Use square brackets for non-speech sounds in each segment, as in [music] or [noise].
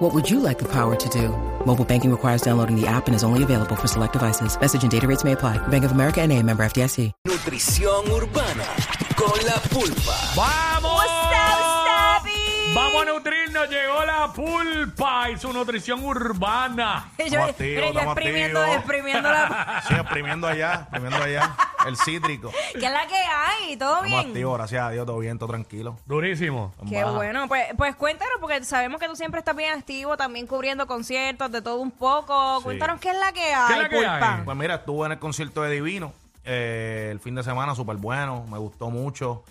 What would you like the power to do? Mobile banking requires downloading the app and is only available for select devices. Message and data rates may apply. Bank of America and a member FDIC. Nutrición urbana con la pulpa. ¡Vamos! What's up, Stevie? Vamos a nutrirnos, llegó la pulpa y su nutrición urbana. Yo, Estamos activos, mira, yo estamos exprimiendo, activos. exprimiendo [laughs] la... Sí, exprimiendo allá, exprimiendo allá. El cítrico. ¿Qué es la que hay? ¿Todo Estamos bien? activos, gracias a Dios, todo bien, todo tranquilo. Durísimo. Qué bueno. Pues, pues cuéntanos, porque sabemos que tú siempre estás bien activo, también cubriendo conciertos, de todo un poco. Cuéntanos qué es la que hay, es la que pulpa. hay? Pues mira, estuve en el concierto de Divino eh, el fin de semana, súper bueno, me gustó mucho.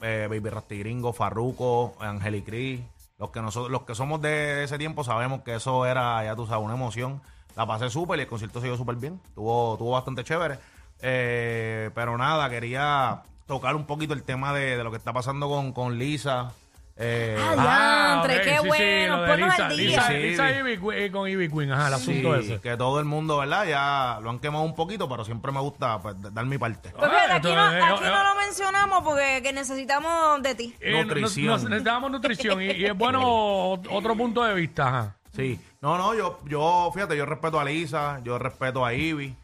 Eh, Baby Rastigringo, Farruco, Angelicris. Los que, nosotros, los que somos de ese tiempo sabemos que eso era, ya tú sabes, una emoción. La pasé súper y el concierto siguió súper bien. Estuvo, estuvo bastante chévere. Eh, pero nada, quería tocar un poquito el tema de, de lo que está pasando con, con Lisa. Eh, Ah, Diantre, ok, qué bueno, lo de ponnos Lisa, al día. Lisa, Sí. Lisa Ivy Queen, eh, con Ivy Queen, ajá, el Sí, asunto ese. que todo el mundo, ¿verdad? Ya lo han quemado un poquito, pero siempre me gusta pues, d- dar mi parte. Pues fíjate, Ah, aquí, no, entonces, aquí eh, no eh, lo mencionamos porque que necesitamos de ti. Eh, nos- Nutrición. nos- necesitamos nutrición y, y es bueno [laughs] ot- otro punto de vista, ajá. Sí. No, no, yo, yo, fíjate, yo respeto a Lisa, yo respeto a Ivy.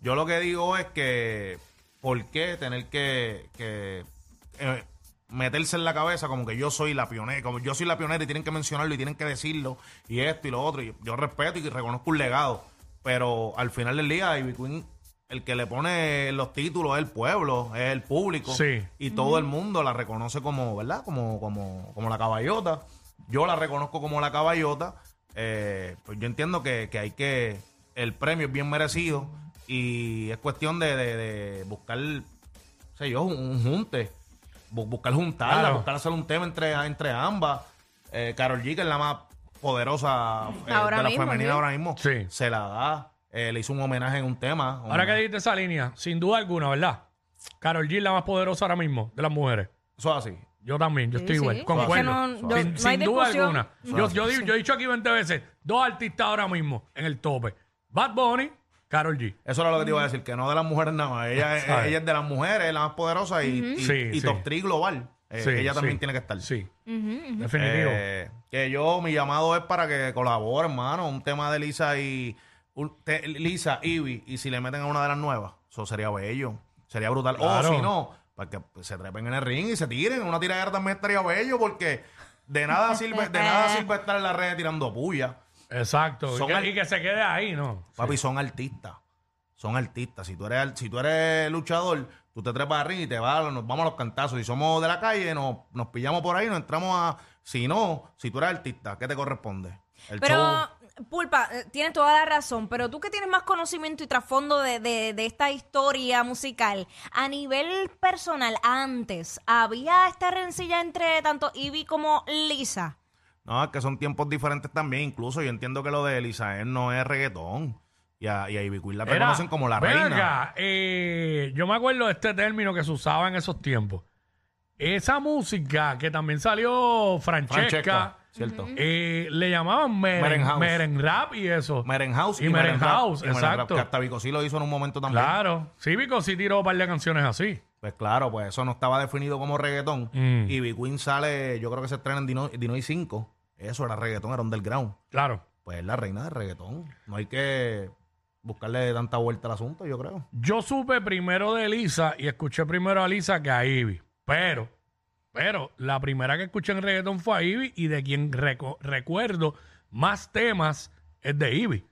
Yo lo que digo es que, ¿por qué tener que, que, eh, meterse en la cabeza como que yo soy la pionera, como yo soy la pionera y tienen que mencionarlo y tienen que decirlo y esto y lo otro? Y yo respeto y reconozco un legado, pero al final del día, Ivy Queen, el que le pone los títulos es el pueblo, es el público. Sí. y todo el mundo la reconoce como, ¿verdad? Como, como, como la caballota. Yo la reconozco como la caballota. Eh, pues yo entiendo que, que hay que. El premio es bien merecido y es cuestión de, de- de buscar, no sé yo, un, un junte. Bu- buscar juntarla, Claro. buscar hacer un tema entre, entre ambas. Eh, Carol G, que es la más poderosa eh, Ahora de la mismo, femenina sí. ahora mismo, Sí. se la da. Eh, le hizo un homenaje en un tema. Ahora que homenaje. dijiste esa línea, sin duda alguna, ¿verdad? Carol G es la más poderosa ahora mismo de las mujeres. Eso es así. Yo también, yo Sí, estoy sí. igual. Con Es que no- sin, yo- no hay sin duda discusión. alguna. Yo, yo digo- yo he dicho aquí 20 veces, dos artistas ahora mismo en el tope. Bad Bunny, Carol G. Eso era lo que te iba a decir, que no de las mujeres nada más. Ella, es- ¿Sabes? ella es de las mujeres, es la más poderosa y, y, Sí, y sí. top three global. Eh, Sí, ella también sí. tiene que estar. Sí, Ujú, ujú. definitivo. Eh, que yo, mi llamado es para que colaboren, hermano. Un tema de Lisa y. un- te- Lisa, Ivy, y si le meten a una de las nuevas, eso sería bello. Sería brutal. Claro. O si no, para que se trepen en el ring y se tiren. Una tiradera también estaría bello porque de nada sirve, de nada sirve estar en la red tirando puya. Exacto. Y Son que, al- y que se quede ahí, ¿no? Papi, son artistas. Son artistas. Si tú eres, al- si tú eres luchador, tú te trepas arriba y te vas, a los- nos vamos a los cantazos. Si somos de la calle, nos, nos pillamos por ahí, nos entramos a. Si no, si tú eres artista, ¿qué te corresponde? El Pero, show. Pulpa, eh, tienes toda la razón, pero tú que tienes más conocimiento y trasfondo de, de- de esta historia musical, a nivel personal, antes, ¿había esta rencilla entre tanto Ivy como Lisa? No, es que son tiempos diferentes también. Incluso yo entiendo que lo de Elisael no es reggaetón. Y a, y a Ivy Queen la Era- reconocen como la ven reina. acá, eh, yo me acuerdo de este término que se usaba en esos tiempos. Esa música que también salió Francesca, Francesca, cierto. eh, le llamaban meren, Meren house. meren rap y eso. Merenhouse y Meren Merenrap, House, y Merenrap, exacto. que hasta Vico sí lo hizo en un momento también. Claro, Cívico sí tiró un par de canciones así. Pues claro, pues eso no estaba definido como reggaetón. Mm. Y Big Queen sale, yo creo que se estrena en Dino, Dinoy 5. Eso era reggaetón, era underground. Claro. Pues es la reina del reggaetón. No hay que buscarle tanta vuelta al asunto, yo creo. Yo supe primero de Lisa y escuché primero a Lisa que a Ivy. Pero, pero la primera que escuché en reggaetón fue a Ivy y de quien reco- recuerdo más temas es de Ivy.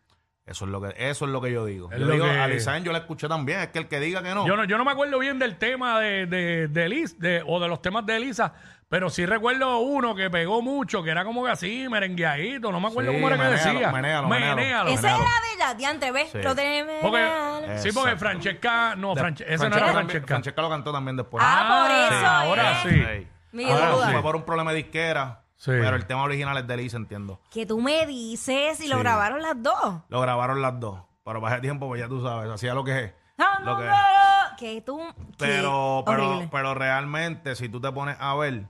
Eso es lo que, eso es lo que yo digo. Es yo lo digo, que- a Lisanne yo la escuché también. Es que el que diga que no. Yo no, yo no me acuerdo bien del tema de, de, de Liz- de- o de los temas de Lisa, pero sí recuerdo uno que pegó mucho, que era como que así, merengueadito, no me acuerdo Sí, cómo era que menéalo, decía. menéalo, Menéalo. menéalo. Esa Claro. era de ella, diantre, ¿ves? Sí. Lo de... Porque, sí, porque Exacto. Francesca, no, De- Franche- esa no era también- Francesca. Francesca lo cantó también después. Ah, por Ah, eso ahora es. sí. Ey. Mi Ahora duda. Fue por un problema de disquera. Sí. Pero el tema original es de Lisa, entiendo. Que tú me dices y lo grabaron las dos. Lo grabaron las dos. Pero para ese tiempo, pues ya tú sabes, hacía lo que es. No, no, Lo que- no, no. Ah, que tú. que- Pero, pero, horrible. pero realmente, si tú te pones a ver,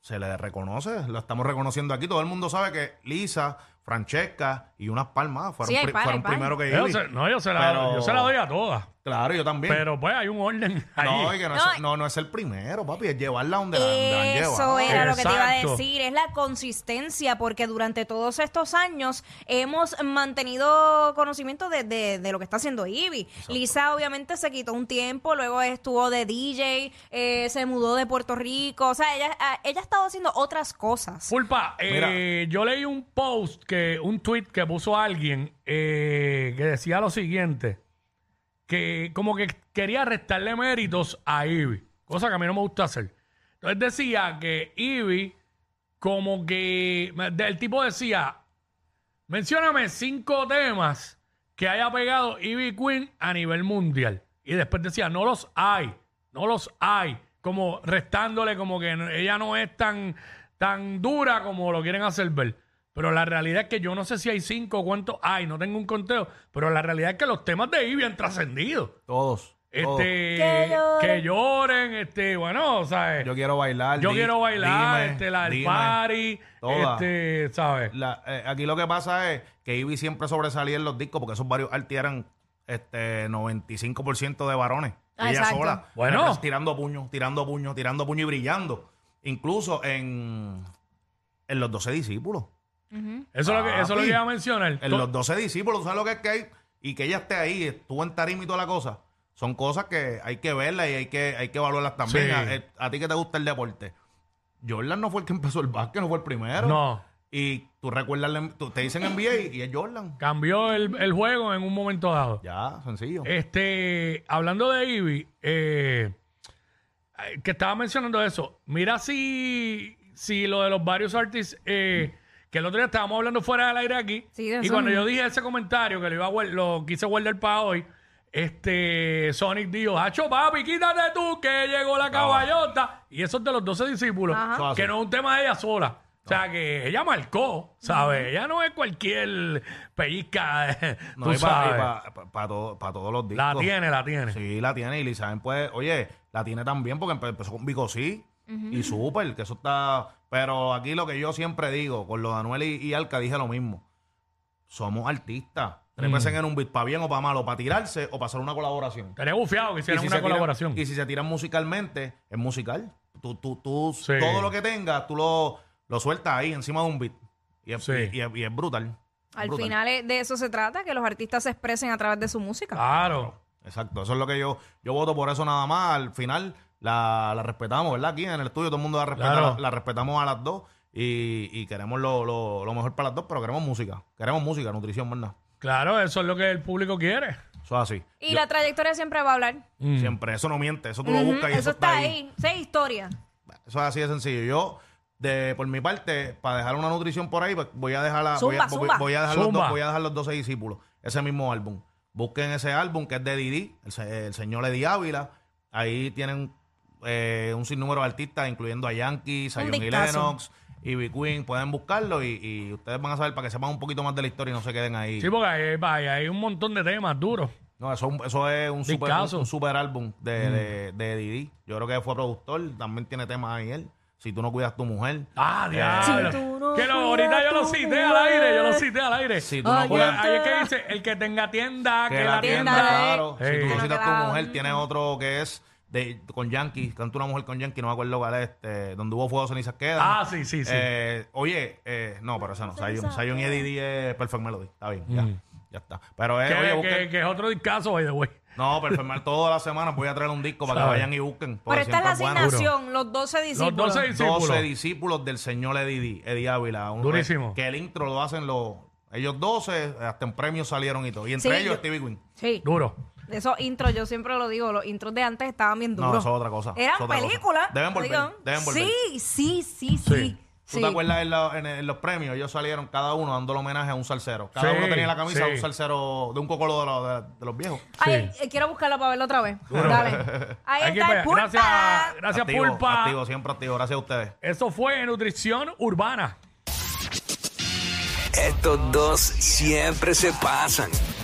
se le reconoce, lo estamos reconociendo aquí. Todo el mundo sabe que Lisa, Francesca y unas palmas fueron, Sí, hay pri- par, hay fueron par. primero que Yo Ivy. se- Eh, no, yo se, la, Pero- yo se la doy a todas. Claro, yo también. Pero pues hay un orden ahí. no, y que no, No, Es, no, no es el primero, papi, es llevarla donde la, donde la han llevado. Eso era lo que te iba a Exacto. decir, es la consistencia, porque durante todos estos años hemos mantenido conocimiento de, de- de lo que está haciendo Ivy. Lisa obviamente se quitó un tiempo, luego estuvo de DJ, eh, se mudó de Puerto Rico, o sea, ella, ah, ella ha estado haciendo otras cosas. Pulpa, eh, yo leí un post, que un tweet que puso alguien eh, que decía lo siguiente, que como que quería restarle méritos a Ivy, cosa que a mí no me gusta hacer. Entonces decía que Ivy, como que, el tipo decía, mencióname cinco temas que haya pegado Ivy Queen a nivel mundial. Y después decía, no los hay, no los hay. Como restándole, como que no- ella no es tan, tan dura como lo quieren hacer ver. Pero la realidad es que yo no sé si hay cinco o cuántos hay, no tengo un conteo. Pero la realidad es que los temas de Ivy han trascendido. Todos. todos. Este, Que lloren. que lloren, este, bueno, ¿sabes? Yo Yo, quiero bailar. di- quiero bailar, dime, este, la del dime. party, Todas. este, ¿sabes? La- eh, aquí lo que pasa es que Ivy siempre sobresalía en los discos porque esos varios artistas eran este, 95% de varones. Ah, Y ella exacto. sola. Bueno. Entonces, Tirando puños, tirando puños, tirando puños y brillando. Incluso en, en los 12 discípulos. Eso, es lo que, eso es lo Papi. que iba a mencionar. En To- los 12 discípulos, ¿sabes lo que es que hay? Y que ella esté ahí, estuvo en tarima y toda la cosa. Son cosas que hay que verlas y hay que, hay que evaluarlas también. Sí. A, eh, a ti que te gusta el deporte. Jordan no fue el que empezó el básquet, no fue el primero. No. Y tú recuerdas, la- em, tú- te dicen NBA y es Jordan. Cambió el, el juego en un momento dado. Ya, sencillo. Este, hablando de Ivy, eh, eh, que estaba mencionando eso, mira si, si lo de los varios artistas, eh, que el otro día estábamos hablando fuera del aire aquí, Sí, de y eso cuando mismo. yo dije ese comentario que lo, iba a guard- lo quise guardar para hoy, este, Sonic dijo, hacho papi, quítate tú que llegó la caballota, y eso es de los 12 discípulos, Eso así. que no es un tema de ella sola. O sea, que ella marcó, ¿sabes? Ella no es cualquier pellizca, [laughs] No, tú y para sabes. todos los discos. La tiene, la tiene. Sí, la tiene. Y Lizaben, pues, oye, la tiene también porque empe- empezó con Vico Sí y Super, que eso está. Pero aquí lo que yo siempre digo, con los de Anuel y, y Alca dije lo mismo. Somos artistas. Mm. Trépesen en un beat para bien o para malo, para tirarse o para hacer una colaboración. Estaría bufiado que hicieran si una se tiran- colaboración. y si se tiran musicalmente, es musical. Tú, tú, tú, Sí. todo lo que tengas, tú lo, lo sueltas ahí encima de un beat. Y es, Sí. y, es- y es brutal. Es Al brutal. final eh, de eso se trata, que los artistas se expresen a través de su música. Ah, Claro. Exacto, eso es lo que yo, yo voto por eso nada más. Al final la, la respetamos, ¿verdad? Aquí en el estudio todo el mundo la respeta, Claro. la, la respetamos a las dos y, y queremos lo, lo- lo mejor para las dos, pero queremos música, queremos música, nutrición, ¿verdad? Claro, eso es lo que el público quiere. Eso es así. Y Yo- la trayectoria siempre va a hablar. Mm. Siempre, eso no miente, eso tú lo Ujú, buscas y eso, está ahí. Sí, historia. Eso es así de sencillo. Yo, de, por mi parte, para dejar una nutrición por ahí, pues, voy a dejar la- voy, Zumba, a, zumba. voy, voy a dejar los Zumba. dos, voy a dejar los 12 discípulos. Ese mismo álbum. Busquen ese álbum que es de Didi, el, se- el señor Eddie Ávila. Ahí tienen eh, un sinnúmero de artistas, incluyendo a Yankee, Zion y discazo. Lennox, Ivy Queen. Pueden buscarlo y, y ustedes van a saber para que sepan un poquito más de la historia y no se queden ahí. Sí, porque hay, vaya, hay un montón de temas duros. No, eso, eso es un super, Discazo. un super álbum de, de, Mm. de Didi. Yo creo que fue productor, también tiene temas ahí él. Si tú no cuidas tu mujer. Eh, Ah, diablo. Si tú no que lo- fueras ahorita yo tu lo cité al mujer. aire, yo lo cité al aire. Si tú no Porque fueras- ahí es que dice, el que tenga tienda, que, que la tienda, tienda, ¿eh? claro. Sí. Si tú Que no no citas te tu la- mujer, tienes otro que es de, con Yankee, canta una mujer con Yankee, no me acuerdo cuál es, este, donde hubo fuego, cenizas quedan. Ah, sí, sí, sí. Eh, oye, eh, no, pero esa no, Zion, Zion y Eddie D es Perfect Melody, está bien, ya, Mm. ya está. Pero eh, que, oye, que- busquen- que es otro discazo, by the way. no, Perfect Melody, toda la semana voy a traer un disco para que Sabe. vayan y busquen. porque Pero esta es la siempre es bueno. asignación, los 12 discípulos. Los 12 discípulos. 12 discípulos del señor Eddie, D- Eddie Ávila. Un- Durísimo. Que el intro lo hacen los... Ellos 12, hasta en premios salieron y todo. Y entre Sí, ellos yo- Stevie Queen. Sí. Duro. Esos intros, yo siempre lo digo, los intros de antes estaban bien No, duros. eso es otra cosa, Eran eso es otra cosa. películas. Deben volver, digo. deben volver. Sí, sí, sí, sí. Sí. ¿Tú sí. te acuerdas en, la- en- en los premios? Ellos salieron cada uno dándole homenaje a un salsero. Cada Sí, uno tenía la camisa de un sí. salsero, de un cocolo de, los- de- de los viejos. Ay, Sí. eh, quiero buscarla para verla otra vez. [laughs] Dale. Ahí Hay que está el pe- gracias, pulpa. gracias Activo, Pulpa. Activo, siempre activo. Gracias a ustedes. Eso fue Nutrición Urbana. Estos dos siempre se pasan.